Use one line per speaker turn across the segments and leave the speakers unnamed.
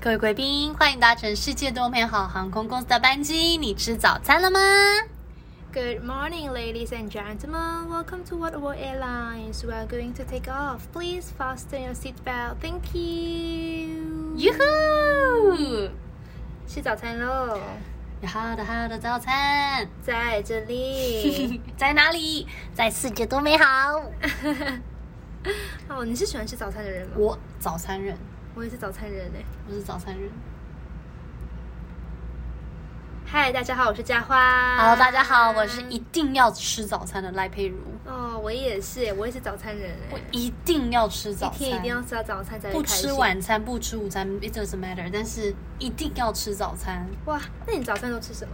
各位贵宾，欢迎搭乘世界多美好航空公司的班机。你吃早餐了吗？
Good morning, ladies and gentlemen. Welcome to World World Airlines. We are going to take off. Please fasten your seatbelt. Thank you.
哟吼！
吃早餐喽，
好的好的早 餐
在这 里。
在哪里？在世界多美好。
哦，你是喜欢吃早餐的人吗？
我早餐人，
我也是早餐人呢。欸
我是早餐人。
嗨，大家好，我是佳花。
好，大家好，我是一。定要吃早餐的赖佩如，
哦，我也是，我也是早餐人
我
哎。
一定要吃早餐，
一天一定要吃到早餐才会
不
开
吃
心。
晚餐，不吃午餐，it doesn't matter，但是一定要吃早餐。
哇，那你早餐都吃什么？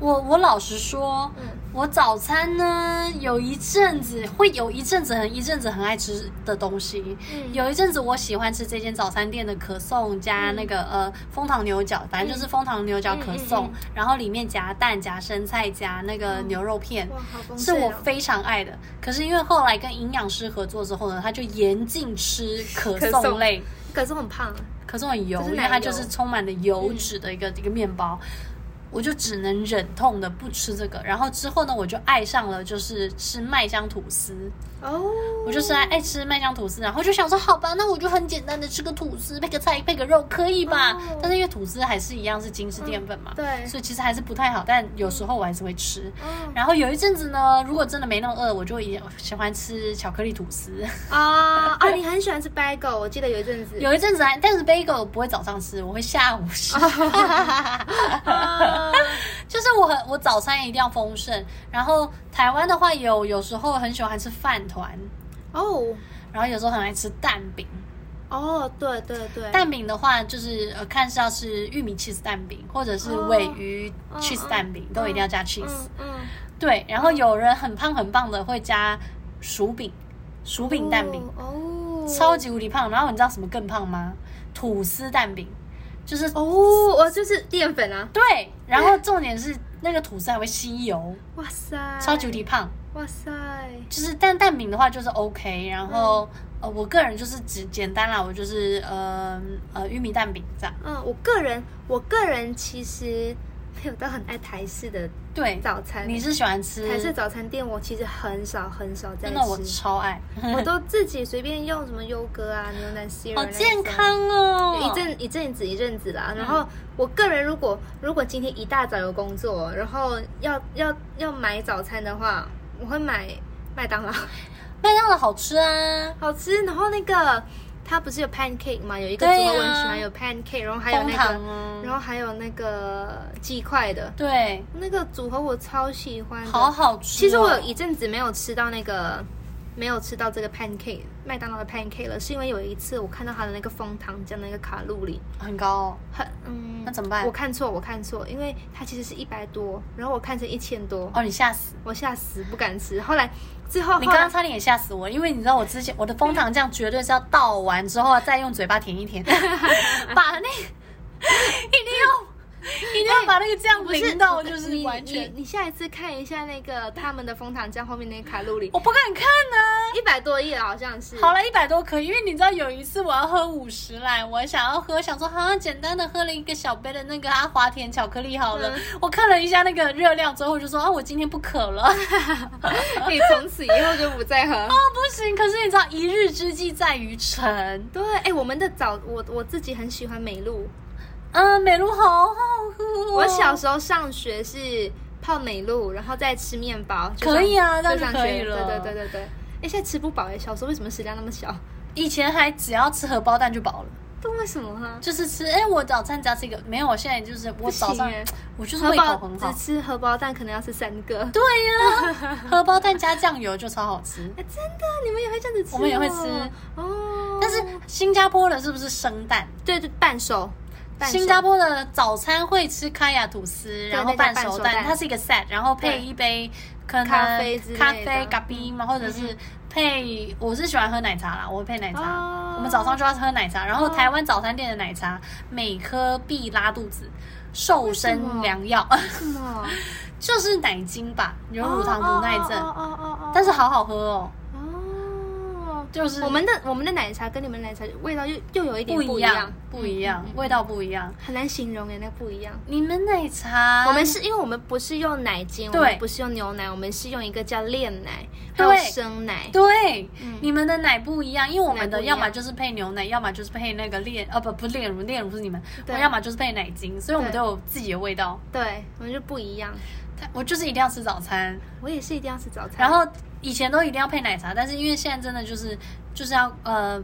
我我老实说，
嗯
我早餐呢有一阵子会有一阵子很一阵子很爱吃的东西，
嗯
有一阵子我喜欢吃这间早餐店的可颂加那个、呃枫糖牛角，反正就是枫糖牛角可颂，
嗯嗯嗯嗯
然后里面夹蛋夹生菜夹那个牛肉片。
哇，好丰
是
盛哦
我非常爱的，可是因为后来跟营养师合作之后呢，他就严禁吃可
可
颂
颂
类，
可是我很胖。啊
可是很油，
就是
因为
奶
它就
油嗯
是充满了油脂的一个、一个面包，我就只能忍痛的不吃这个。然后之后呢，我就爱上了就是吃麦香吐司，
哦，
我就是爱爱吃麦香吐司，然后就想说好吧，那我就很简单的吃个吐司，配个菜，配个肉可以吧？
哦嗯
但是因为吐司还是一样是精致淀粉嘛，
对
所以其实还是不太好，但有时候我还是会吃。
嗯
然后有一阵子呢，如果真的没那么饿，我就也喜欢吃巧克力吐司。
啊啊！你很喜欢吃 bagel，我记得有一阵子。
有一阵子啊还，但是 bagel 我不会早上吃，我会下午
哦
吃。
啊
就是我很我早餐一定要丰盛，然后台湾的话有有时候很喜欢吃饭团，
哦
然后有时候很爱吃蛋饼。
哦，对对对，
蛋饼的话，就是呃看是要是玉米 cheese 蛋饼，或者是
哦
尾鱼
嗯
cheese 蛋饼，都一定要加 cheese。
嗯嗯，
对，然后有人很胖很胖的会加薯饼，薯饼蛋饼，
哦，
超级无敌胖。然后你知道什么更胖吗？吐司蛋饼，就是
哦，我就是淀粉啊，
对，然后重点是那个吐司还会吸油，
哇塞，
超级无敌胖。
哇塞，
就是蛋蛋饼的话就是 OK，然后、
嗯
呃，我个人就是只简单啦，我就是呃呃玉米蛋饼这样。
嗯，我个人我个人其实没有到很爱台式的
对，
早餐，
你是喜欢吃
台式早餐店，我其实很少很少在
真的我
吃，
超爱，
我都自己随便用什么优格啊、牛奶、西
好健。康哦，
一阵一阵子一阵子啦。然后我个人如果如果今天一大早有工作，然后要要要买早餐的话，我会买麦当劳，
麦当劳好吃啊，
好吃。然后那个它不是有 pancake 吗？有一个
对啊
猪肉我很喜欢，有 pancake，然后还有
枫
那
糖
个，
啊，
然后还有那个鸡块的
对，
那个组合，我超喜欢的。
好好吃哦。
其实我有一阵子没有吃到那个，没有吃到这个 pancake 麦当劳的 pancake 了，是因为有一次我看到它的那个枫糖浆的那个卡路里，
很高、哦，
很嗯，
那怎么办
我看错，我看错，因为它其实是一百多，然后我看成一千多，
哦，你吓死。
我吓死不敢吃。后来最后
你
后
刚
来
刚差点也吓死我，因为你知道我之前我的枫糖酱绝对是要倒完之后再用嘴巴舔一 舔，把那一定要一定要把那个酱
不是
淋到
我
就是
你
完全
你，你下一次看一下那个他们的枫糖浆后面那个卡路里
我，不敢看呢、
一百多页好像是。
好了，一百多可以，因为你知道有一次我要喝五十来，我想要喝，想说好像简单的喝了一个小杯的那个阿华田巧克力好了。
嗯
我看了一下那个热量之后，我就说啊，我今天不渴 了。
你从此以后就不再 喝。
啊，不行！可是你知道，一日之计在于晨。
对，哎、我们的早我我自己很喜欢美露，
嗯，美露好好喝哦、
我小时候上学是泡美露，然后再吃面包。就
可
上
以啊那就
上
可
学
以了
对对对对对。哎，现在吃不饱哎，小时候为什么食量那么小？
以前还只要吃荷包蛋就饱了，
都为什么啊哈？
就是吃哎、我早餐只要吃一个，没有，我现在就是我早上
不行耶
我就是
荷
胃口
包
很好
只。吃荷包蛋可能要吃三个。
对呀、荷包蛋加酱油就超好 吃。
哎，真的，你们也会这样子吃、
我们也会吃
哦。
但是新加坡的是不是生蛋？
对对半熟，半熟
新加坡的早餐会吃卡雅吐司，然后
那
半
叫
熟
半熟
蛋，
蛋
它是一个 set，然后配
对
一杯可能
咖啡之类的嗯
咖啡、咖啡嘛，或者是配，我是喜欢喝奶茶啦，我会配奶茶
哦。
我们早上就要喝奶茶，然后
哦
台湾早餐店的奶茶每颗必拉肚子，瘦
为什
身
么
良药，
什么？
就是奶
哦
精吧，有乳糖不耐症，
哦哦哦哦哦哦。
但是好好喝哦。
哦，
就是
我们的我们的奶茶跟你们奶茶味道又又有一点
不
不
一
样
样，，不一样
嗯，嗯嗯
味道不一样。
很难形容哎，那不一样。
你们奶茶，
我们是因为我们不是用奶精，我
对
们不是用牛奶，我们是用一个叫炼奶，还有
对
生奶。
对、
嗯
你们的奶不一样，因为我们
奶不
的
一
要
样
么就是配牛奶，要么就是配那个炼呃不不炼乳，炼乳是你们，我
对
要么就是配奶精，所以我们
对
都有自己的味道。
对，我们就不一样。
它我就是一定要吃早餐，
我也是一定要吃早
然
餐，
后以前都一定要配奶茶，但是因为现在真的就是就是要呃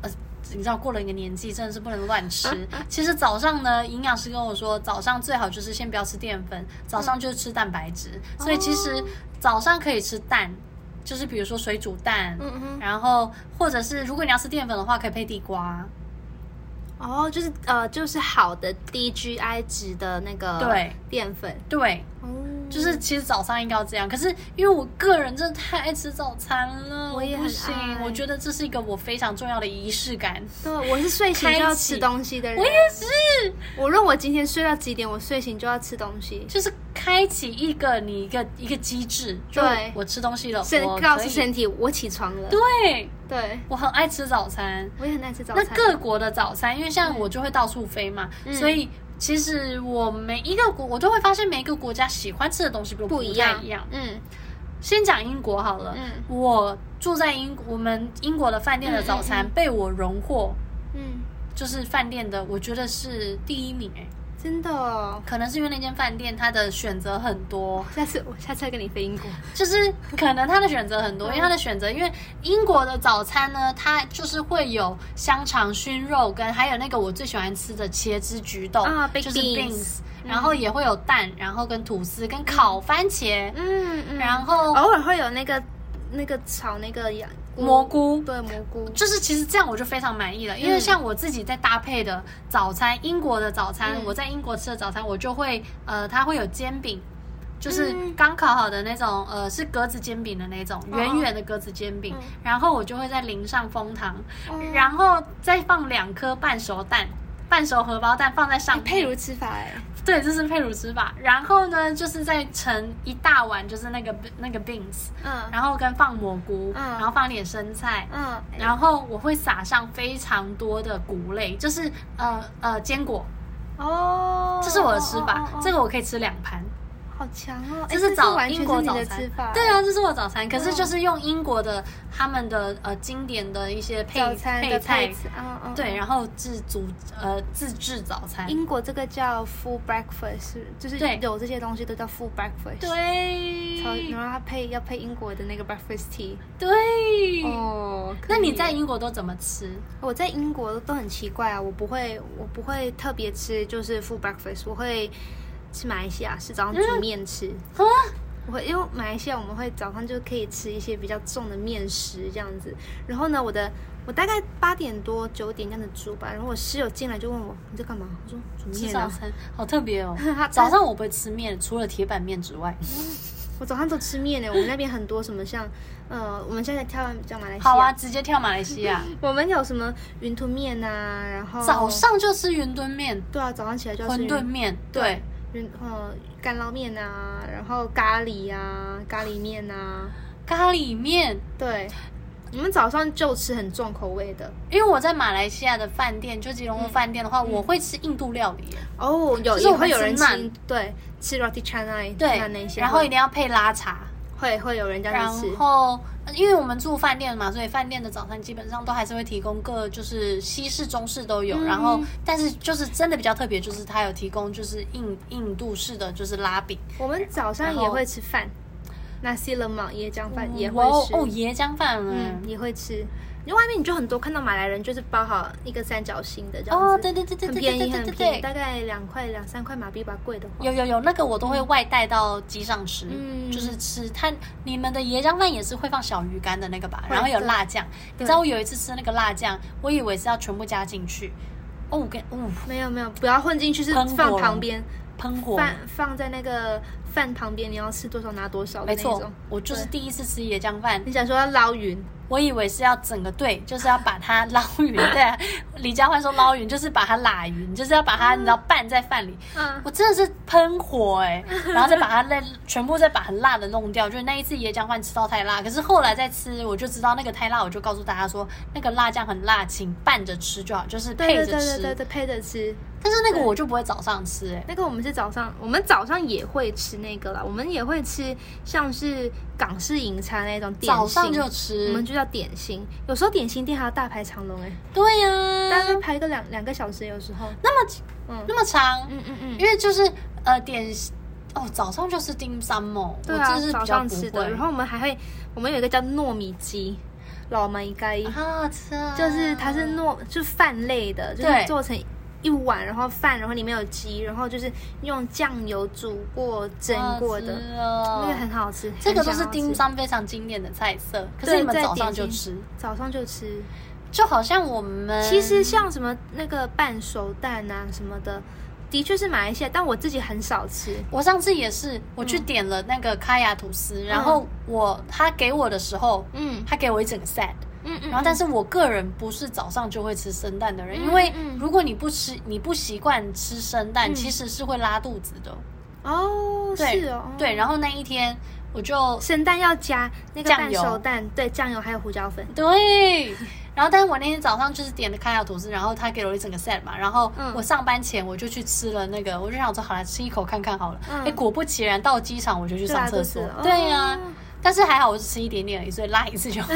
呃，你知道过了一个年纪，真的是不能乱吃。
啊
其实早上呢，营养师跟我说，早上最好就是先不要吃淀粉，早上就是吃蛋白质。所以其实
哦
早上可以吃蛋，就是比如说水煮蛋，
嗯哼，
然后或者是如果你要吃淀粉的话，可以配地瓜。
哦，就是呃，就是好的 DGI 值的那个
对
淀粉，
对，
哦，
就是其实早上应该要这样，可是因为我个人真的太爱吃早餐了，
我也
不
很
行
爱，
我觉得这是一个我非常重要的仪式感。
对，我是睡醒就要吃东西的人。
我也是，
我论我今天睡到几点，我睡醒就要吃东西，
就是开启一个你一个一个机制，就
对
我吃东西了，
身
我
告
可
诉
以，
身体我起床了。
对
对，
我很爱吃早餐。
我也很爱吃早
那
餐。
各国的早餐，因为像我就会到处飞嘛，
嗯
所以其实我每一个国，我都会发现每一个国家喜欢吃的东西都
不
一
一
太
样，
一样。
嗯，
先讲英国好了，
嗯
我住在英，我们英国的饭店的早餐
嗯嗯
被我荣获，
嗯，
就是饭店的，我觉得是第一名哎、
真的哦。
可能是因为那间饭店它的选择很多，
下次我下次要跟你飞英国。
就是可能它的选择很多，
嗯
因为它的选择，因为英国的早餐呢，它就是会有香肠、熏肉跟还有那个我最喜欢吃的茄汁焗豆
啊，baked
就是
beans 嗯
beans，然后也会有蛋，然后跟吐司跟烤番茄，
嗯嗯
然后
偶尔会有那个那个炒那个羊
蘑菇
对蘑菇，
就是其实这样我就非常满意了，
嗯
因为像我自己在搭配的早餐，英国的早餐，
嗯
我在英国吃的早餐，我就会呃，它会有煎饼，就是
嗯
刚烤好的那种，呃，是格子煎饼的那种，
哦
圆圆的格子煎饼
嗯，
然后我就会再淋上枫糖，
嗯
然后再放两颗半熟蛋。半熟荷包蛋放在上面，
配如吃法哎，
对，这是配乳吃法。然后呢，就是再盛一大碗，就是那个那个 beans，
嗯
然后跟放蘑菇，
嗯
然后放点生菜，
嗯，
然后我会撒上非常多的谷类，就是呃呃坚果，
哦，
这是我的吃
哦
法
哦哦，
这个我可以吃两盘。
好强哦，哎
这是早
完全
英国
是你
早
的
餐
吃法，
对，啊，这是我早餐。可是
嗯
就是用英国的他们的呃经典的一些配
早餐
配
的
菜
配，置，嗯嗯，
对，然后自足呃自制早餐。
英国这个叫 full breakfast，是就是
对
有这些东西都叫 full breakfast。超，
对
然后它配要配英国的那个 breakfast tea。
对。
哦，
嗯那
可以
你在
耶
英国都怎么吃？
我在英国都很奇怪啊，我不会我不会特别吃就是 full breakfast，我会吃马来西亚是早上煮面吃。
啊，
我会因为马来西亚我们会早上就可以吃一些比较重的面食这样子，然后呢，我的我大概八点多九点这样子煮吧，然后我室友进来就问我你在干嘛，我说煮
吃
面
早
啊，
餐好特别哦
他。
早上我不会吃面，除了铁板面之 外。
我早上都吃面呢，我们那边很多什么像呃，我们现在跳叫马来西亚，
好啊，直接跳马来西亚。
我们有什么云吞面啊，然后
早上就吃云吞面、
对啊，早上起来就要吃
馄
云
饨面，对，
云呃干捞面啊，然后咖喱啊，咖喱面啊，
咖喱面。
对，我们早上就吃很重口味的
因为我在马来西亚的饭店，就吉隆坡饭店的话，
嗯
我会吃印度料理耶，
哦，
就
有
是
也
我们
会有人
吃
吃
馕
对吃 roti canai 那那
对
些，会，
然后一定要配拉茶，
会会有人这
然
样子吃，
后呃因为我们住饭店嘛，所以饭店的早餐基本上都还是会提供各就是西式、中式都有，
嗯
然后但是就是真的比较特别，就是它有提供就是印印度式的就是拉饼，
我们早上
然后
也会吃饭，那西冷嘛椰浆饭啊也会
哇哦
吃
哦椰浆饭，
嗯，
嗯，
也会吃。你外面你就很多看到马来人就是包好一个三角形的这样子，
哦对对对对
很
对
便
对
宜
对
很
对
便宜，
对
大。概两块两三块马币吧，贵的话。
有有有，那个我都会外带到机上吃，
嗯
就是吃它你们的椰浆饭也是会放小鱼干的那个吧，然后有
对
辣酱。你知道我有一次吃那个辣酱，我以为是要全部加进去，哦，我跟哦
没有没有，不要混进去，是
喷火
放旁边，
喷火，
饭放在那个饭旁边，你要吃多少拿多少的
没
那
错
种。，
我就是
对
第一次吃椰浆饭
你，想说要捞匀，
我以为是要整个队，就是要把它捞匀，对啊，李佳欢说捞匀，就是把它拉匀，就是要把它你知道拌在饭里。
嗯，
我真的是喷火 哎、然后再把它那全部再把很辣的弄掉。就是那一次椰浆饭吃到太辣，可是后来再吃我就知道那个太辣，我就告诉大家说那个辣酱很辣，请拌着吃就好，就是
对
配
对
着吃。
对对对对，配着吃。
但是那个我就不会早上吃哎、
那个我们是早上，我们早上也会吃那个啦，我们也会吃像是港式饮茶那种点心，
早上就
我
吃。
们就叫点心。有时候点心店还要大排长龙哎、
对呀、
大概排个两两个小时，有时候。
嗯那么
嗯
那么长，
嗯嗯嗯，
因为就是呃点哦早上就是 dim sum 哦，
对
我
啊，
这是
早
比较
上
不
吃
会
的。然后我们还会，我们有一个叫糯米鸡，老米鸡，
好好吃啊，
就是它是糯，就是饭类的，就是
对
做成一碗，然后饭，然后里面有鸡，然后就是用酱油煮过、蒸过的，
好吃哦
那个很好吃。
这个
很
都
想
是
要
丁
吃
章非常经典的菜色，可
对
是你们
在
早上
点
就
心
吃，
早上就吃。
就好像我们
其实像什么那个半熟蛋啊什么的，的确是马来西亚，但我自己很少吃。
我上次也是，我
嗯
去点了那个卡雅吐司，然后我他给我的时候，
嗯
他给我一整个 set。
嗯嗯
然后，但
是
是我个人不是早上就会吃生蛋的人，
嗯
因为
嗯
如果你不吃，你不习惯吃生蛋，
嗯
其实是会拉肚子的。
哦，
对
是哦，
对，然
后
后那一天我就
生蛋要加那个
酱
半
油
熟蛋，对，酱油还有胡椒粉。
对，然后但是我那天早上就是点了开亚吐司，然后他给了我一整个 set 嘛，然后
嗯
我上班前我就去吃了那个，我就想说好了吃一口看看好了，
嗯
哎、果不其然到机场我就去
对啊
上厕所
肚子，
对啊呀、
哦
但是还好我只吃一点点而已，所以拉一次就 好。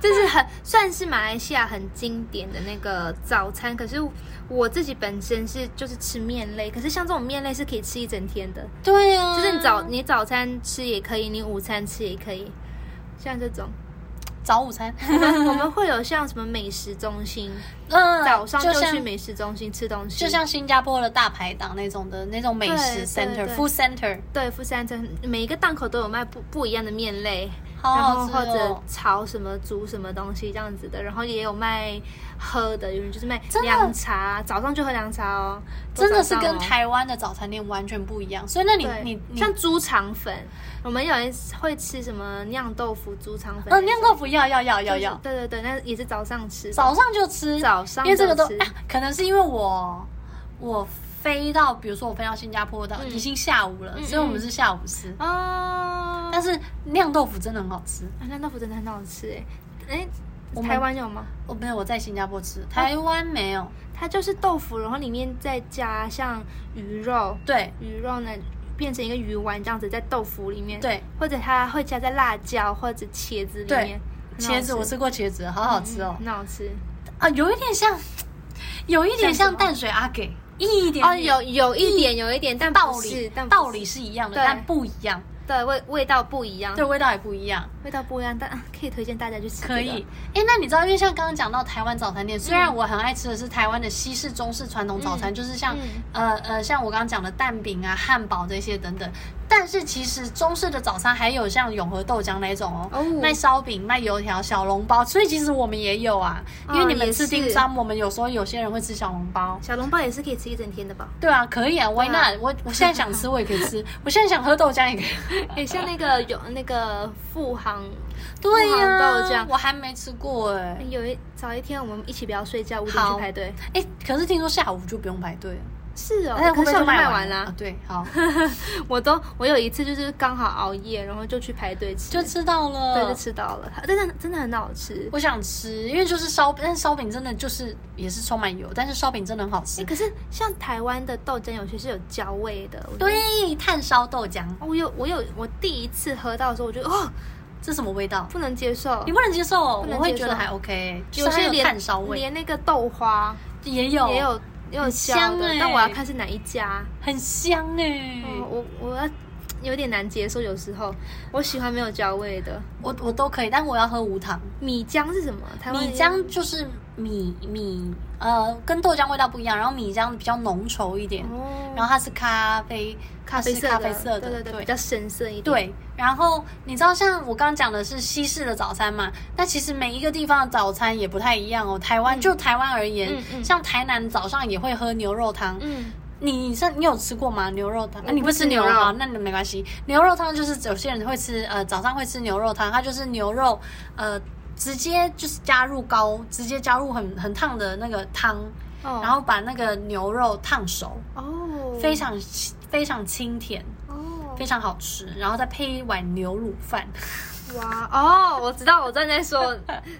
这是很算是马来西亚很经典的那个早餐，可是我自己本身是就是吃面类，可是像这种面类是可以吃一整天的，
对呀、啊，
就是你早你早餐吃也可以，你午餐吃也可以，像这种
早午 餐，
我们我们会有像什么美食中心，
嗯，
早上就去
像
美食中心吃东西，
就像新加坡的大排档那种的那种美
对对
食 center
对
food center，
对富山餐，每一个档口都有卖不不一样的面类，
好
然
好
后
吃
或者
哦。
炒什么煮什么东西这样子的，然后也有卖喝的，有人就是卖
真的
凉茶，早上就喝凉茶哦，
真的是
都早上
跟
哦
台湾的早餐店完全不一样，所以那你
对
你呃你
像猪肠粉，我们有人会吃什么酿豆腐、猪肠粉那
呃
种，
酿豆腐要要要要
就是
要，
对对对，那也是早上吃的，
早上就吃，
早上
因为这个都、
就吃
啊、可能是因为我我飞到，比如说我飞到新加坡的、
嗯
已经下午了，
嗯
所以我们是下午吃。
哦，
但是酿豆腐真的很好吃，
啊酿豆腐真的很好吃哎，哎
我，们
台湾有吗？
我没有我在新加坡
哦
吃，台湾没有。
它就是豆腐，然后里面再加像鱼肉，
对
鱼肉呢变成一个鱼丸这样子在豆腐里面，，
对，
或者它会加在辣椒或者茄子里面，很好
茄子我吃过茄子，好好吃哦
嗯、很好吃
啊，有一点像，有一点像淡水阿给，一点
哦，
点
有有一点有一点，但
道
不是
理
但不是
道理是一样的，
对
但不一样，
对味味道不一样，
对，味道也不一样。
味道不一样，但啊可以推荐大家去吃、这个。
可以，哎，那你知道，因为像刚刚讲到台湾早餐店，虽然我很爱吃的是台湾的西式、中式传统早餐，
嗯
就是像、
嗯
呃呃，像我刚刚讲的蛋饼啊、汉堡这些等等，但是其实中式的早餐还有像永和豆浆那一种哦，
哦
卖烧饼、卖油条、小笼包，所以其实我们也有啊，因为
哦
你们
也
吃
是
丁章，我们有时候有些人会吃小笼包。
小笼包也是可以吃一整天的 吧？
对啊，可以啊，Why
对啊
not？我我现在想吃，我也可以吃；我现在想喝豆浆也可以。
哎、像那个有那个富航，
对呀、
富航豆浆，
我还没吃过哎、
有一早一天我们一起不要睡觉，五点
好
去排队。
哎、可是听说下午就不用排队了。
是哦，
那
可
哎会不
是
会
我
就
就卖
完
完
了？
啦、
啊对，好，
我都我有一次就是刚好熬夜，然后就去排队 吃，
就吃到了。
对，就吃到了，真的真的很好吃。
我想吃，因为就是烧，但是烧饼真的就是也是充满油，但是烧饼真的很好吃
哎，。可是像台湾的豆浆有些是有焦味的，我觉得。
对，炭烧豆浆，
我有我有我第一次喝到的时候，我觉得哦
这什么味道？
不能接受
你，不能接受，
不能
我会
接
觉得
受
还 OK，就
有
是它
些连
炭烧味
连那个豆花
也有，
也有也有焦
香
的，
欸
但我要看是哪一家。
很香哎、
哦我我要有点难接受，有时候我喜欢没有焦味的。
我我都可以，但我要喝无糖。
米浆是什么？台湾
米浆就是米米，呃，跟豆浆味道不一样，然后米浆比较浓稠一点，
哦，
然后它是咖啡，
咖
它
啡
是
色的，
咖啡色
对
的，
对对，比较深色一点。
对，然后你知道，像我刚刚讲的是西式的早餐嘛，那其实每一个地方的早餐也不太一样哦。台湾、
嗯
就台湾而言，
嗯嗯
像台南早上也会喝牛肉汤。
嗯，
你是你有吃过吗？牛肉汤？
我
啊你
不
不
吃
吃牛
牛肉
肉，那你没关系。牛肉汤就是有些人会吃，呃，早上会吃牛肉汤，它就是牛肉，呃，直接就是加入高，直接加入很很烫的那个汤，
哦
嗯然后把那个牛肉烫熟，
哦，
非常非常清甜，
哦
非常好吃，然后再配一碗牛乳饭。
哇哦，我知道，我正在 说，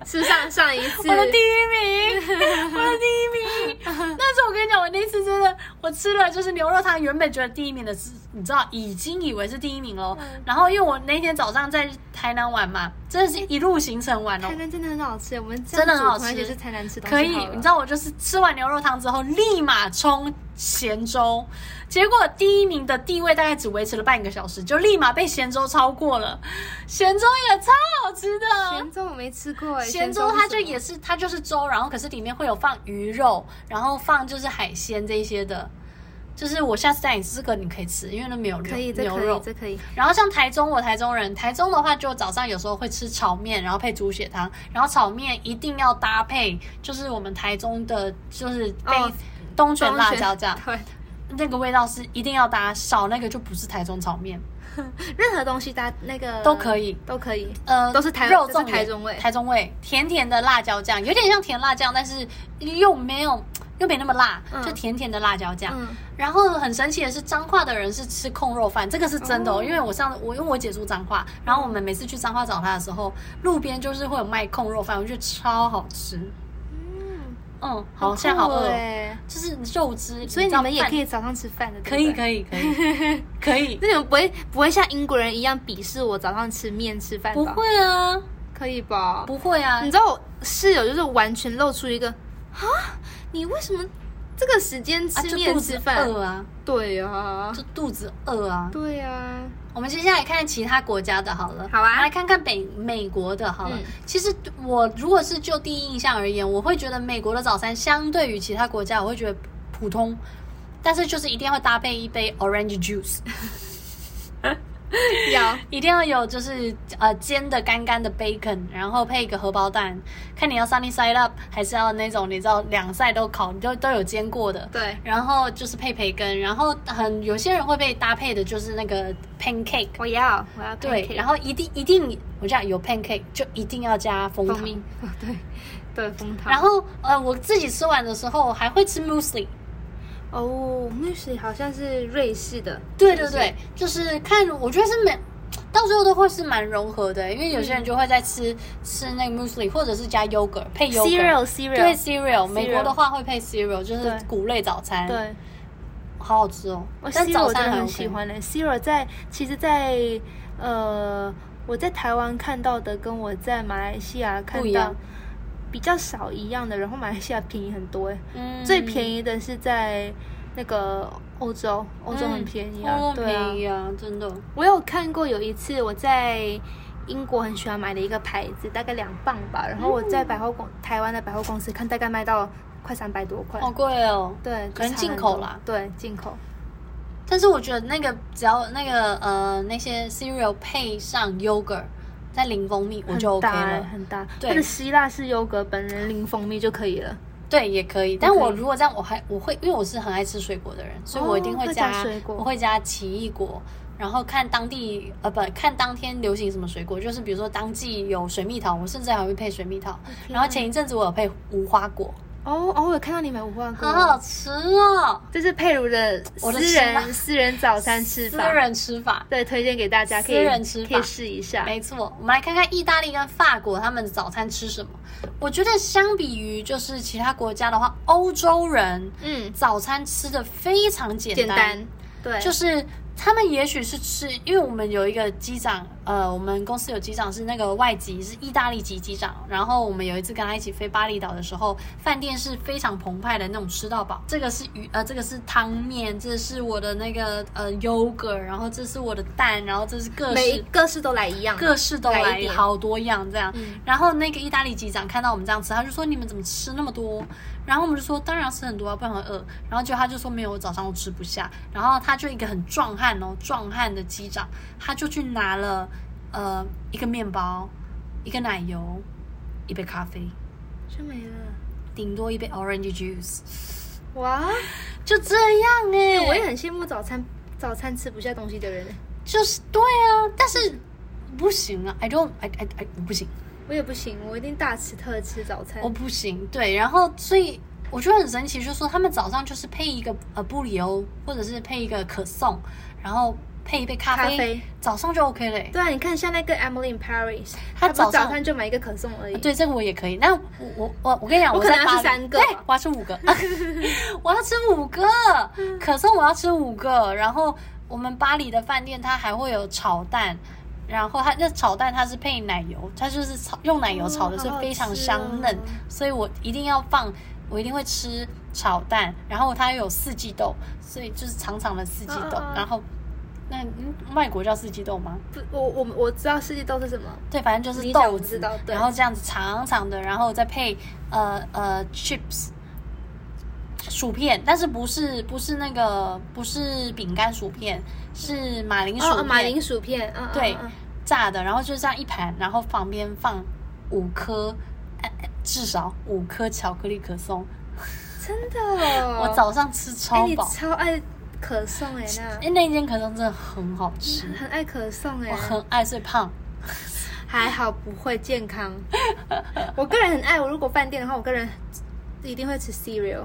是上上一次
我的第一名，我的第一名。 那次我跟你讲，我那次真的，我吃了就是牛肉汤，原本觉得第一名的是，你知道，已经以为是第一名喽。
嗯
然后因为我那天早上在台南玩嘛，真的是一路行程玩哦
台。南真的很好吃，我们这
真的
样
很
组
好
团
吃
而且是台南吃东西
可以
好，了
你知道我就是吃完牛肉汤之后，立马冲咸粥，结果第一名的地位大概只维持了半个小时，就立马被咸粥超过了。咸粥也超好吃的，
咸粥我没吃过哎，
咸
是
粥
什
它就
么
也是它就是粥，然后可是里面会有放鱼肉，然后放就是海鲜这一些的。就是我下次带你吃这个，你可以吃，因为那没有牛
可以，这
牛
可以，
肉。
这可 以。
然后像台中，我台中人，台中的话就早上有时候会吃炒面，然后配猪血汤，然后炒面一定要搭配，就是我们台中的就是配
哦
东泉辣椒 酱，
对，
那个味道是一定要搭，少那个就不是台中炒面。
任何东西搭那个
都可以，
都可以。
呃，
都是台
肉
都是
粽也
台中味
台中味，甜甜的辣椒酱，有点像甜辣酱，但是又没有又没那么辣，
嗯
就甜甜的辣椒酱。
嗯，
然后很神奇的是，彰化的人是吃控肉饭，这个是真的哦。
哦
因为我上我因为我姐住彰化，然后我们每次去彰化找她的时候，路边就是会有卖控肉饭，我觉得超好吃。嗯，好，现在好饿哦，
哎。
就是肉汁，
所以你们也可
以，
以早上吃饭的，
可以，
以。
可以，可以， 可 以，
那你们不会不会像英国人一样鄙视我早上吃面吃饭吧？
不，会啊，
可以吧？
不会啊
你，知道我室友就是完全露出一个啊，你为什么这个时间
啊，
吃
就
面
肚
吃
子
饭？
饿啊，
对啊，
就肚子饿啊。
对啊，
我们接下来看其他国家的好了，
好啊
我们来看看北美国的好了。
嗯
其实我如果是就第一印象而言，我会觉得美国的早餐相对于其他国家，我会觉得普通，但是就是一定会搭配一杯 orange juice，
要
一定要有就是呃煎的干干的 bacon，然后配一个荷包蛋，看你要 sunny side up 还是要那种你知道两晒都烤都都有煎过的，
对
然后就是配培根，然后很有些人会被搭配的就是那个 pancake。
我要我要
对
pancake，
然后一定一定，我讲有 pancake 就一定要加蜂糖。
蜂蜜，对对蜂糖，
然后呃，我自己吃完的时候还会吃 muesli。
哦 m u s l 好像是瑞士的，
对
是
对
不是
对，就是看，我觉得是蛮，到最后都会是蛮融合的，因为有些人就会在吃、吃那个 muesli，或者是加 yogurt 配 yogurt。
cereal cereal
对 cereal，美国的话会配 cereal，就是
对
谷类早餐，，
对，
好好吃哦。
我
但
cereal
早
我真
餐
的
还
很
OK
喜。欢的、cereal 在其实在，呃我在台湾看到的跟我在马来西亚
不
看
一
到
样
比较少一样的，然后马来西亚便宜很多哎、
嗯
最便
宜，
宜的是在那个欧洲，欧洲很便宜啊，
哦
对啊
便。宜啊，真的。
我有看过有一次我在英国很喜欢买的一个牌子，大概两磅吧，然后我在
嗯
百货公、台湾的百货公司看，大概卖到快三百多块。
好贵哦。
对，就
可能
差
进
很
口
多
啦
对，进口。
但是我觉得那个只要那个呃那些 cereal 配上 yogurt 再淋蜂蜜，我就 OK
很搭欸
了。
很搭。
对
那个希腊式优格本人淋蜂蜜就可以了。
对，也可以。但我如果这样，我还我会，因为我是很爱吃水果的人，所以我一定
会
加,、
加水果
我哦会加奇异果。然后看当地呃不看当天流行什么水果，就是比如说当季有水蜜桃，我甚至还会配水蜜桃。
天
然后前一阵子我有配无花果，
哦哦，我有看到你买五花果，
好好吃哦，
这是佩如的
我的
私
吃法
人私人早餐吃
私
法，
人吃法。
对，推荐给大家，可以
私人吃法
可以试一下。
没错，我们来看看意大利跟法国他们的早餐吃什么。我觉得相比于就是其他国家的话，欧洲人
嗯，
早餐吃的非常简
简单，对，
就是是他们也许是吃，因为我们有一个机长，呃，我们公司有机长是那个外籍，是意大利籍机长。然后我们有一次跟他一起飞巴厘岛的时候，饭店是非常澎湃的那种吃到饱。这个是鱼，呃，这个是汤面，这是我的那个呃 yogurt，然后这是我的蛋，然后这是各
每
式
各式都来一样，啊
各式都
来
来
一点
好多样这样。
嗯
然后那个意大利机长看到我们这样吃，他就说你们怎么吃那么多？然后我们就说当然要吃很多啊，不然很饿。然后就他就说没有，我早上都吃不下。然后他就一个很壮汉哦，壮汉的机长，他就去拿了呃一个面包，一个奶油，一杯咖啡，
就没了。
顶多一杯 orange juice，
哇，
就这样哎、
我也很羡慕早餐早餐吃不下东西的人，欸
就是对啊，但是不行啊，I don't I I I 不行。
我也不行，我一定大吃特吃早餐
我。哦不行，对，然后所以我觉得很神奇，就是说他们早上就是配一个呃布里欧，或者是配一个可颂，然后配一杯咖啡，
咖啡
早上就 OK 欸嘞、
对啊，你看像那个 Emily in Paris，
她
不
早
早
上
餐就买一个可颂而已。
啊对，这个我也可以。那我我我我跟你讲，
我可
在
能要
巴
吃
黎
三个
对
吧，
我要吃五个， 我要吃五个， 可颂我要吃五个。然后我们巴黎的饭店它还会有炒蛋，然后它那炒蛋它是配奶油，它就是炒用奶油炒的
哦
是
好好
非常
吃
香
哦
嫩，所以我一定要放。我一定会吃炒蛋，然后它又有四季豆，所以就是长长的四季
嗯嗯
豆。
嗯
然后，那嗯，外国叫四季豆吗？
不，我我我知道四季豆是什么，
对，反正就是
理解
豆
我知
子
道，对
然后这样子长长的，然后再配呃呃 chips 薯片，但是不是不是那个不是饼干薯片，是马铃薯
哦，
片、
哦马铃薯片，嗯，嗯
对
嗯
炸的，然后就这样一盘，然后旁边放五颗，呃呃至少五颗巧克力可颂。
真的哦，
我早上吃
哎，
超
你
饱，
超爱可颂哎，
哎、那一间可颂真的很好吃，
那很爱可颂哎
我，很爱，所以胖。
还好不会健康。 我个人很爱，我如果饭店的话，我个人一定会吃 cereal。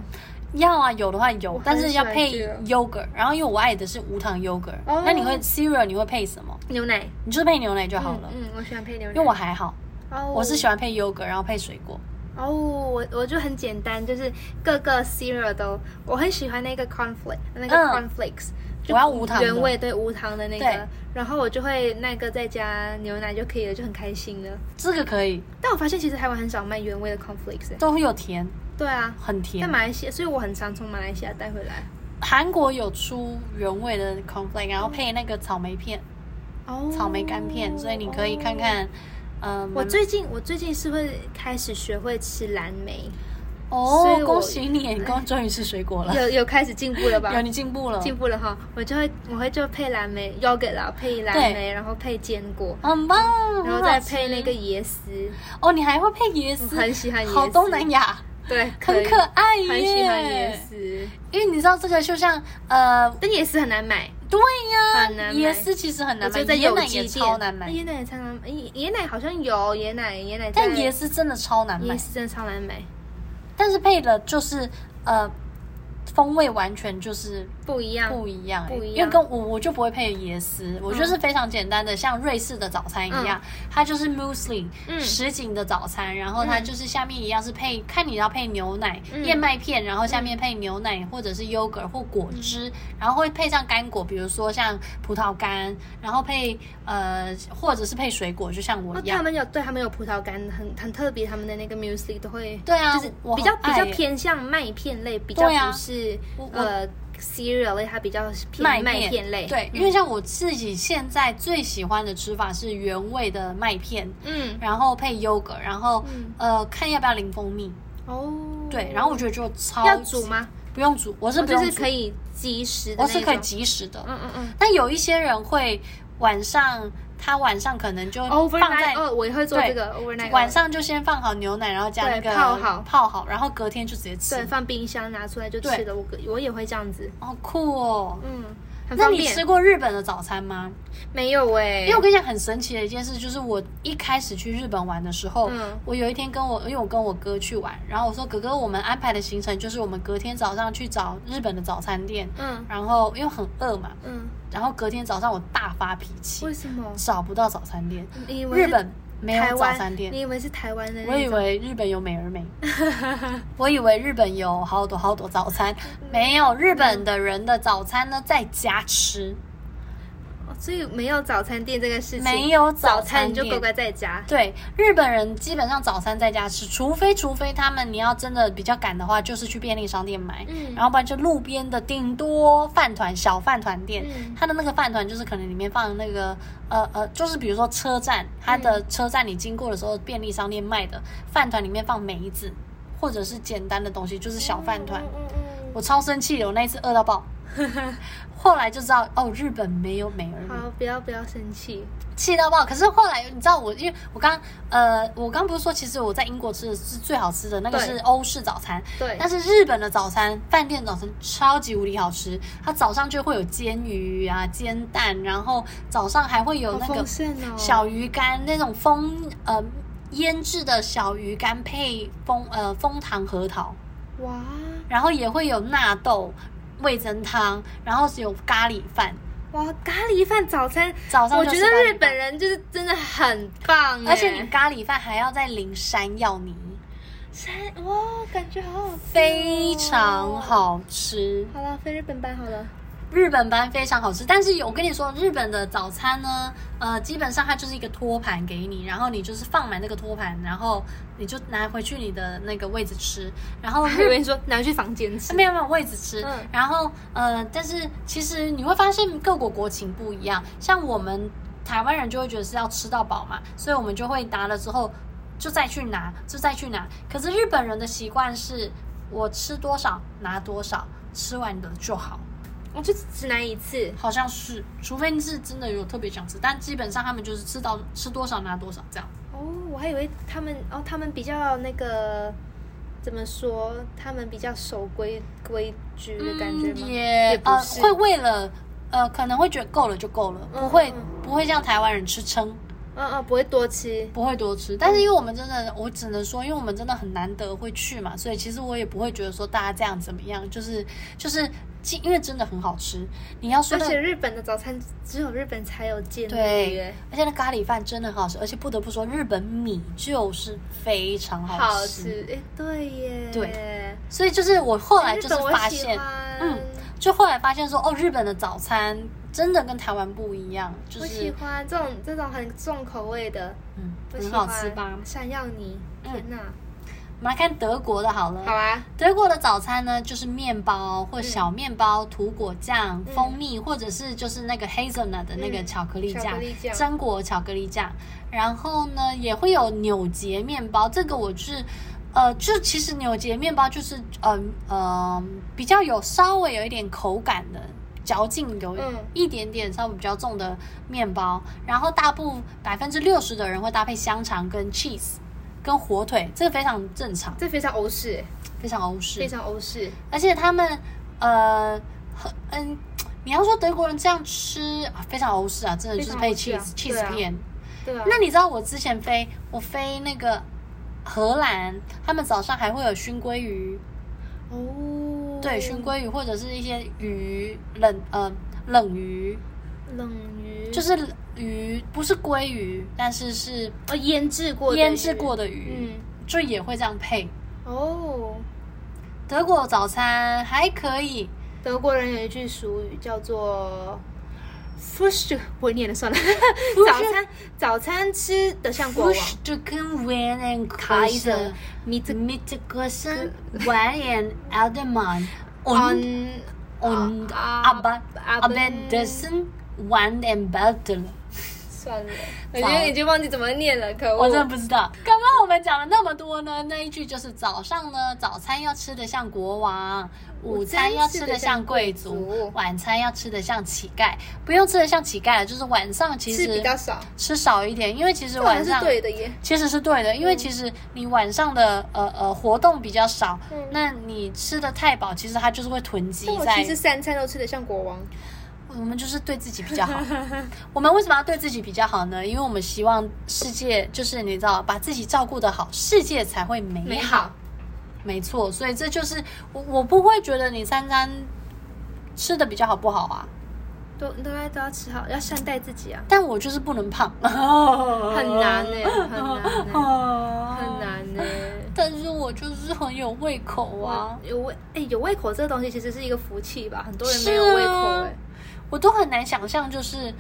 要啊，有的话有
很，
但是要配
喜欢
yogurt。然后因为我爱的是无糖 yogurt，、
哦
那你会 cereal 你会配什么？
牛奶
你就是配牛奶就好了。
嗯，嗯我喜欢配牛奶，
因为我还好，
哦
我是喜欢配 yogurt，然后配水果。
哦，我我就很简单，就是各个 cereal 都，我很喜欢那个 cornflake 那个
嗯
cornflakes，、
我要无糖的
原味对无糖的那
对
个，然后我就会那个再加牛奶就可以了，就很开心了。
这个可以，
但我发现其实台湾很少卖原味的 cornflakes，、欸、
都会有甜，
对啊，
很
在
甜。
马来西亚，所以我很常从马来西亚带回来。
韩国有出原味的 cornflake，然后配那个草莓片、
哦
草莓干片，所以你可以看看。嗯，
我最近我最近是会开始学会吃蓝 莓，所
哦
以，我
恭喜你， 你刚终于吃水果了，
有有开始进步了吧？
有你进步了，
进步了哈，我就会我会就配蓝莓 yogurt 啦，配蓝莓，然后配坚果，
很棒。
然后
很好
再
吃
配那个椰丝，
哦，你还会配椰
我
丝，
很喜欢椰丝，
好东南亚。
对，
很
以
可爱耶，
很喜欢椰丝，
因为你知道这个就像呃，
但椰丝很难买，
对呀、
很难买
椰丝其实很
我
难买，
就在
椰
有
奶
机
也
店，
超难买
那，椰奶也超难买，椰椰奶好像有椰奶，椰奶在，
但椰丝真的超难买
椰。丝真的超难买，
但是配了就是呃，风味完全就是
不一样，
不一样、
嗯不一样
因为跟我我就不会配椰丝，我就是非常简单的，像瑞士的早餐一样，它就是 muesli
嗯
什锦的早餐，然后它
嗯
就是下面一样是配，看你要配牛奶、
嗯
燕麦片，然后下面配牛奶、或者是 yogurt 或果汁，
嗯
然后会配上干果，比如说像葡萄干，然后配呃或者是配水果，就像我
哦，
一样
他。们有对他们有葡萄干，很很特别，他们的那个 muesli 都会，
对啊
就是
我
比较
很
比
爱
较
耶
偏向麦片类，比较
对啊
不是、
我我
呃 cereal 类，它比较是偏
麦
麦片类。嗯
对，因为像我自己现在最喜欢的吃法是原味的麦片，
嗯
然后配 yogurt，然后、
嗯
呃看要不要淋蜂蜜。
哦，
对，然后我觉得就超
要煮？吗？
不用煮，我是
哦
不
就
用
是
煮
可，以即食的，
我是可以，及时的。
嗯嗯嗯。
但有一些人会晚上，他晚上可能就放
overnight
在。
哦，我也会做
对
这个 overnight 哦 oat。
晚上就先放好牛奶，然后加那
对
个
泡好
泡好，然后隔天就直接
对
吃，
放冰箱拿出来就吃
对
了，我我也会这样子，
好酷哦！
嗯，很
那
方
你
便。
吃过日本的早餐吗？
没有哎、
因为我跟你讲很神奇的一件事，就是我一开始去日本玩的时候，
嗯
我有一天跟我，因为我跟我哥去玩，然后我说哥哥，我们安排的行程就是我们隔天早上去找日本的早餐店，
嗯
然后因为很饿嘛，
嗯，
然后隔天早上我大发脾气
为，什么？
找不到早餐店，
你以为
日
是
本没
台
有早
湾
餐店
你，以为是台湾的那种？
我以为日本有美而美， 我以为日本有好多好多早餐，
嗯
没有日本的人的早餐呢在家吃，
哦所以没有早餐店这个事情，
没有
早
早
餐
餐
你
店
就乖乖在家。
对，日本人基本上早餐在家吃，除非除非他们你要真的比较赶的话，就是去便利商店买，
嗯
然后不然就路边的顶多饭团小饭团店，
嗯
它的那个饭团就是可能里面放那个呃呃，就是比如说车站，它的
嗯
车站你经过的时候，便利商店卖的饭团里面放梅子或者是简单的东西，就是小饭团。
嗯嗯
我超生气的，我那一次饿到 爆。后来就知道哦，日本没有美而
嗯
美。
好，不要不要生气。
气到爆！可是后来你知道我，因为我刚呃，我刚不是说，其实我在英国吃的是最好吃的那个
对
是欧式早餐，
对，
但是日本的早餐饭店早餐超级无敌好吃，它早上就会有煎鱼啊、煎蛋，然后早上还会有
好
那
丰
个
盛哦。
小鱼干那种风呃腌制的小鱼干配枫呃枫糖核桃，
哇，
然后也会有纳豆味增汤，然后有咖喱饭。
哇，咖喱饭早餐，
早上
我
就
觉
是
得
咖喱
日
饭
本人就是真的很棒欸，
而且你咖喱饭还要再淋山药泥，
山哇，感觉好好吃哦
非常。好吃。
好了，飞日本版好 了。
日本班非常好吃，但是有我跟你说，日本的早餐呢，呃，基本上它就是一个托盘给你，然后你就是放满那个托盘，然后你就拿回去你的那个位置吃，然后
我以为你说 拿去房间吃，
没有没有位置吃，
嗯
然后呃，但是其实你会发现各国国情不一样，像我们台湾人就会觉得是要吃到饱嘛，所以我们就会拿了之后就再去拿，就再去拿。可是日本人的习惯是我吃多少拿多少，吃完的就好，
我就只拿一次。
好像是，除非是真的有特别想吃，但基本上他们就是吃到吃多少拿多少这样。
哦，我还以为他们哦，他们比较那个怎么说？他们比较守规规矩的感觉吗？
嗯也
不
呃
是
会为了呃可能会觉得够了就够了，
嗯
不会、
嗯
不会像台湾人吃撑。
嗯嗯，不会多吃。
不会多吃，但是因为我们真的，我只能说，因为我们真的很难得会去嘛，所以其实我也不会觉得说大家这样怎么样，就是就是，其因为真的很好吃。你要说
而
的
且日本的早餐只有日本才有见
对，而且那咖喱饭真的很好吃，而且不得不说，日本米就是非常好吃。
好吃。哎，对耶。
对
哎，
所以就是我后来就
日
是
本我
发
喜
现，
欢
嗯，就后来发现说，哦，日本的早餐真的跟台湾不一样，就
我喜
是
欢这种这种很重口味的，
嗯，
我喜
很
欢
好吃吧？嗯
山药泥，天哪！
我们来看德国的好了。
好啊，
德国的早餐呢，就是面包或小面包、涂果酱、蜂蜜，或者是就是那个 hazelnut 的那个
嗯
巧克力
巧
酱
克力、酱
榛果巧克力酱。然后呢，也会有扭结面包，这个我是。呃，就其实扭结面包就是，嗯呃比较有稍微有一点口感的，嚼劲有
嗯
一点点稍微比较重的面包，然后大部百分之六十的人会搭配香肠跟 cheese，跟火腿，这个非常正常，
这非常欧式，
非常欧式，
非常欧式。
而且他们呃很嗯，你要说德国人这样吃啊，非常欧式啊，真的就是配
非
cheese、
常欧式啊
cheese 片。
对啊，
那你知道我之前飞我飞那个荷兰，他们早上还会有熏鲑鱼，
哦，
对，熏鲑鱼或者是一些鱼冷呃冷鱼，
冷鱼
就是鱼不是鲑鱼，但是是
哦腌制过的鱼
腌制过，的鱼，
嗯，
就也会这样配。
哦，
德国早餐还可以，
德国人有一句俗语叫做 f r u s t 不会念了 算了，早餐早餐吃的像国王
Bush to come when and
可以
Kaiser
的。米这
Mitte Grossen, Wein and Alderman und,
on 嗯
und
ab-
aber, aber
Abend-
dessen Wein and Beutel。
算了，我觉得已经忘记怎么念了，可
我
恶。
真的不知道。刚刚我们讲了那么多呢，那一句就是早上呢，早餐要吃的像国王，午餐要吃的像贵
午餐吃得像贵
族
族，
晚餐要吃的像乞丐。不用吃的像乞丐了，就是晚上其
吃
实
比较少，
吃少一点，因为其实
这好像
晚
是
上
对的耶。
其实是对的，
嗯
因为其实你晚上的呃呃活动比较少，
嗯
那你吃的太饱，其实它就是会囤积
但我
在
其。实三餐都吃的像国王，
我们就是对自己比较好。我们为什么要对自己比较好呢？因为我们希望世界就是你知道，把自己照顾得好，世界才会美
美好。
没错，所以这就是我我不会觉得你三餐吃的比较好不好啊，
都都要都要吃好，要善待自己啊，
但我就是不能胖，
很
很
难呢、 很难呢、很
很。
难欸呢、
但是我就是很有胃口啊。
有胃哎、有胃口这个东西其实是一个福气吧，很多人
是
没有胃口
啊
哎、
我都很难想象，就是，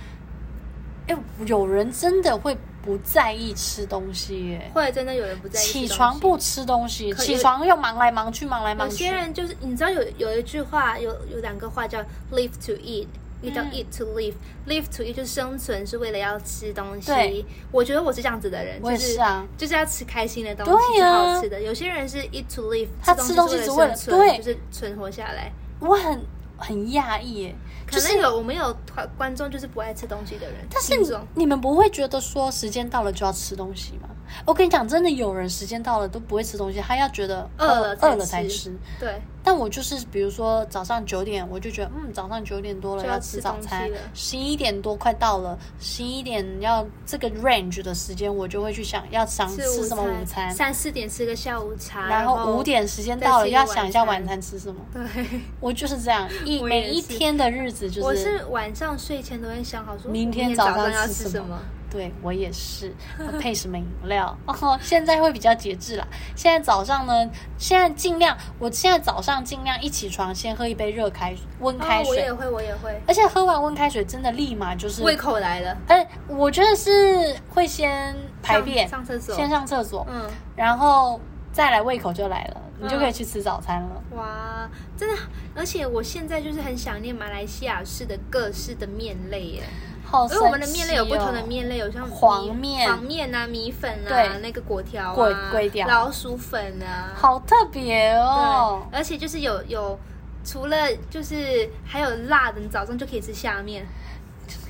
哎、有人真的会不在意吃东西耶、
或者真的有人不在意吃东
起
西
床不吃东西，
可
起床又忙来忙去，忙来忙
有
去。
些人就是你知道有有一句话，有有两个话叫 live to eat。一叫
嗯
eat to live，live、to eat 就是生存是为了要吃东
对
西。我觉得我是这样子的人，
我也
就是
啊
就是要吃开心的东
对
西，
呀
吃好吃的。有些人是 eat to live，
他吃东西
是
只
为
为
了
了
生存，
对
就是存活下来。
我很很讶异耶，
可
就
能
是
有我们有观观众就是不爱吃东西的人，
但是
听
你
众
你们不会觉得说时间到了就要吃东西吗？我跟你讲，真的有人时间到了都不会吃东西，他要觉得
饿
了
了才
饿了才
吃
吃。
对，
但我就是，比如说早上九点，我就觉得，嗯，早上九点多了
就要
吃
吃
早
东西
餐
了，
十一点多快到了，十一点要这个 range 的时间，我就会去想要想嗯吃什么午餐，
三四点吃个下午茶，
然后五点时间
再
到了
吃一
要
个
想一
晚
下
餐
晚餐吃什么。
对。
我就是这样，一
我
每
也
一
是
天的日子就
我是晚上睡前都会想好说，
明天
天
早上
上要
吃什
什
么？对我也是，我配什么饮料？哦，现在会比较节制啦。现在早上呢，现在尽量，我现在早上尽量一起床先喝一杯热开温开
哦，我
水，
也会，我也会，
而且喝完温开水真的立马就是
胃，口来了，
哎，我觉得是会先排便，
上上厕所，
先上厕所，
嗯，
然后再来胃口就来了，你就可以
嗯
去吃早餐了。
哇，真的，而且我现在就是很想念马来西亚式的各式的面类耶，
好
因
神奇、哦，
为我们的面类有不同的面类，有像米
黄面
黄面啊、米粉啊
对、
那个粿条
粿
啊、
粿条
老鼠粉啊，
好特别哦
对，。而且就是有有。除了就是还有辣的，你早上就可以吃下面，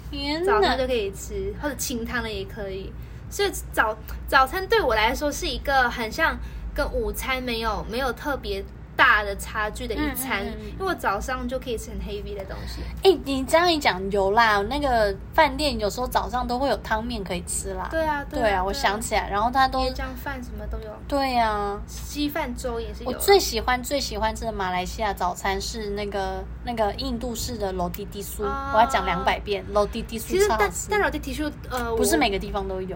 天
早
哪
上！就可以吃，或者清汤的也可以。所以早早餐对我来说是一个很像跟午餐没有没有特别大的差距的一餐，
嗯嗯嗯
因为我早上就可以吃很 heavy 的东西。
哎、你这样一讲有啦，那个饭店有时候早上都会有汤面可以吃啦。
对啊，
对啊，我想起来，然后他都
椰浆饭什么都有，
对呀、啊。
稀饭粥也是有。
我最喜欢最喜欢吃的马来西亚早餐是那个那个印度式的楼滴滴酥，
啊
我要讲两百遍，楼滴滴
其
酥
实
超好
但
吃。
但老弟提出，呃，
不是
我
每个地方都有，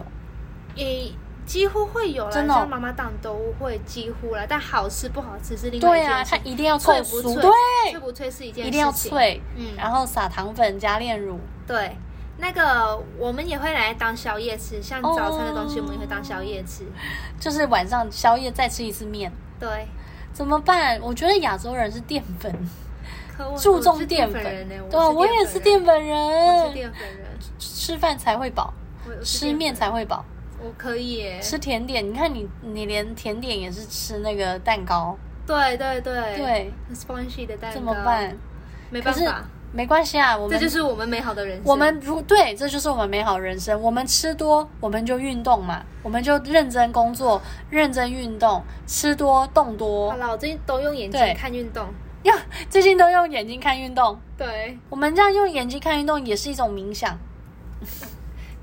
诶。几乎会有啦，
真的哦
像妈妈档都会几乎啦，但好吃不好吃是另外一
对
件事。
啊，它一定要
脆
脆
不
酥，
脆？
对，
脆不脆是一件事情。
一定要脆，
嗯
然后撒糖粉加炼乳，
对，那个我们也会来当宵夜吃，像早餐的东西我们也会当宵夜吃。
就是晚上宵夜再吃一次面，
对，
怎么办？我觉得亚洲人是淀粉，
可我
注
我
重
是
淀
淀
粉，
人呢、欸
对啊，我也是淀
粉
粉
人，我
人
是，淀粉人，
吃饭才会饱，
我我是淀
吃
粉
面才会饱，
我可以耶、
吃甜点，你看你你连甜点也是吃那个蛋糕，
对对对
对，
很，spongy 的蛋糕
怎么办？？
没
可
办
是
法，
没关系啊，我
这
们
就是我们美好的人生。
我们如对，这就是我们美好人生。我们吃多，我们就运动嘛，我们就认真工作，认真运动，吃多动多
好。了，我最近都用眼睛
对
看运动。
呀， 最近都用眼睛看运动，
对，
我们这样用眼睛看运动也是一种冥想。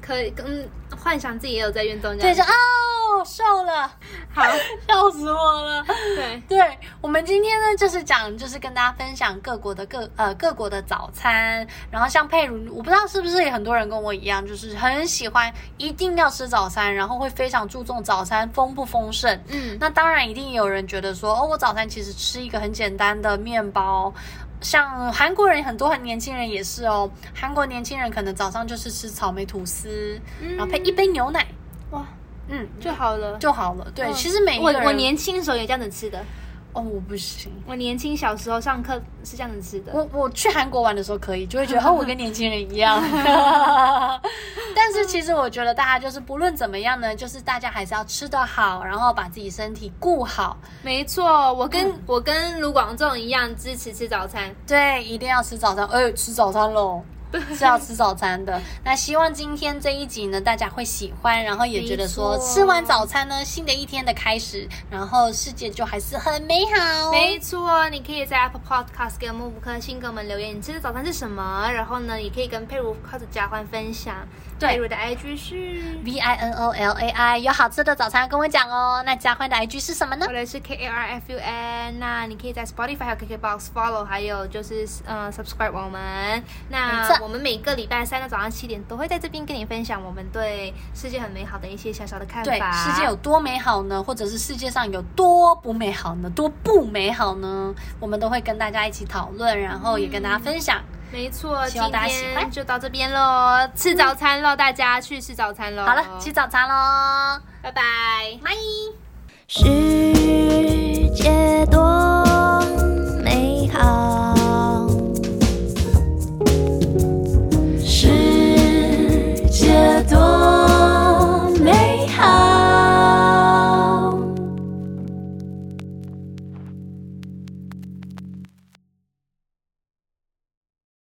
可以，嗯，幻想自己也有在运动这
对，
样。
就哦，瘦了，
好，
笑死我了。
对，
对我们今天呢，就是讲，就是跟大家分享各国的各呃各国的早餐。然后像佩如，我不知道是不是也很多人跟我一样，就是很喜欢一定要吃早餐，然后会非常注重早餐丰不丰盛。
嗯，
那当然，一定有人觉得说，哦，我早餐其实吃一个很简单的面包。像韩国人很多，很年轻人也是哦。韩国年轻人可能早上就是吃草莓吐司，然
嗯
后配一杯牛奶，
哇
嗯，
就好了。
就好了。对，
嗯
其实每一
我
个人
我年轻的时候也这样子吃的。
哦，我不行。
我年轻小时候上课是这样子吃的，
我我去韩国玩的时候可以，就会觉 得哦，我跟年轻人一样。但是其实我觉得大家就是不论怎么样呢，就是大家还是要吃得好，然后把自己身体顾好。
没错，我跟、
嗯
我跟卢广仲一样支持吃早餐。
对，一定要吃早餐，哎、吃早餐喽。是要吃早餐的。那希望今天这一集呢，大家会喜欢，然后也觉得说
没错
吃完早餐呢，新的一天的开始，然后世界就还是很美好。哦
没错，你可以在 Apple Podcast 给我们五颗星，给我们留言你吃的早餐是什么，然后呢，也可以跟佩如靠着交换分享。
对
佩如的 IG 是，
V I N O L A I 有好吃的早餐跟我讲哦。那嘉欢的 IG 是 什么呢
我？的是 K A R F U N，那你可以在 Spotify 还有 KKBox follow，还有就是呃 subscribe 我们。
没
那
错
我们每个礼拜三的早上七点都会在这边跟你分享我们对世界很美好的一些小小的看法。
对，世界有多美好呢？或者是世界上有多不美好呢？多不美好呢？我们都会跟大家一起讨论，然后也跟大家分享。
没错，
希望大家喜欢
今天就到这边喽，吃早餐喽，大家去吃早餐喽。
好了，吃早餐喽，
拜拜。
拜。
世界多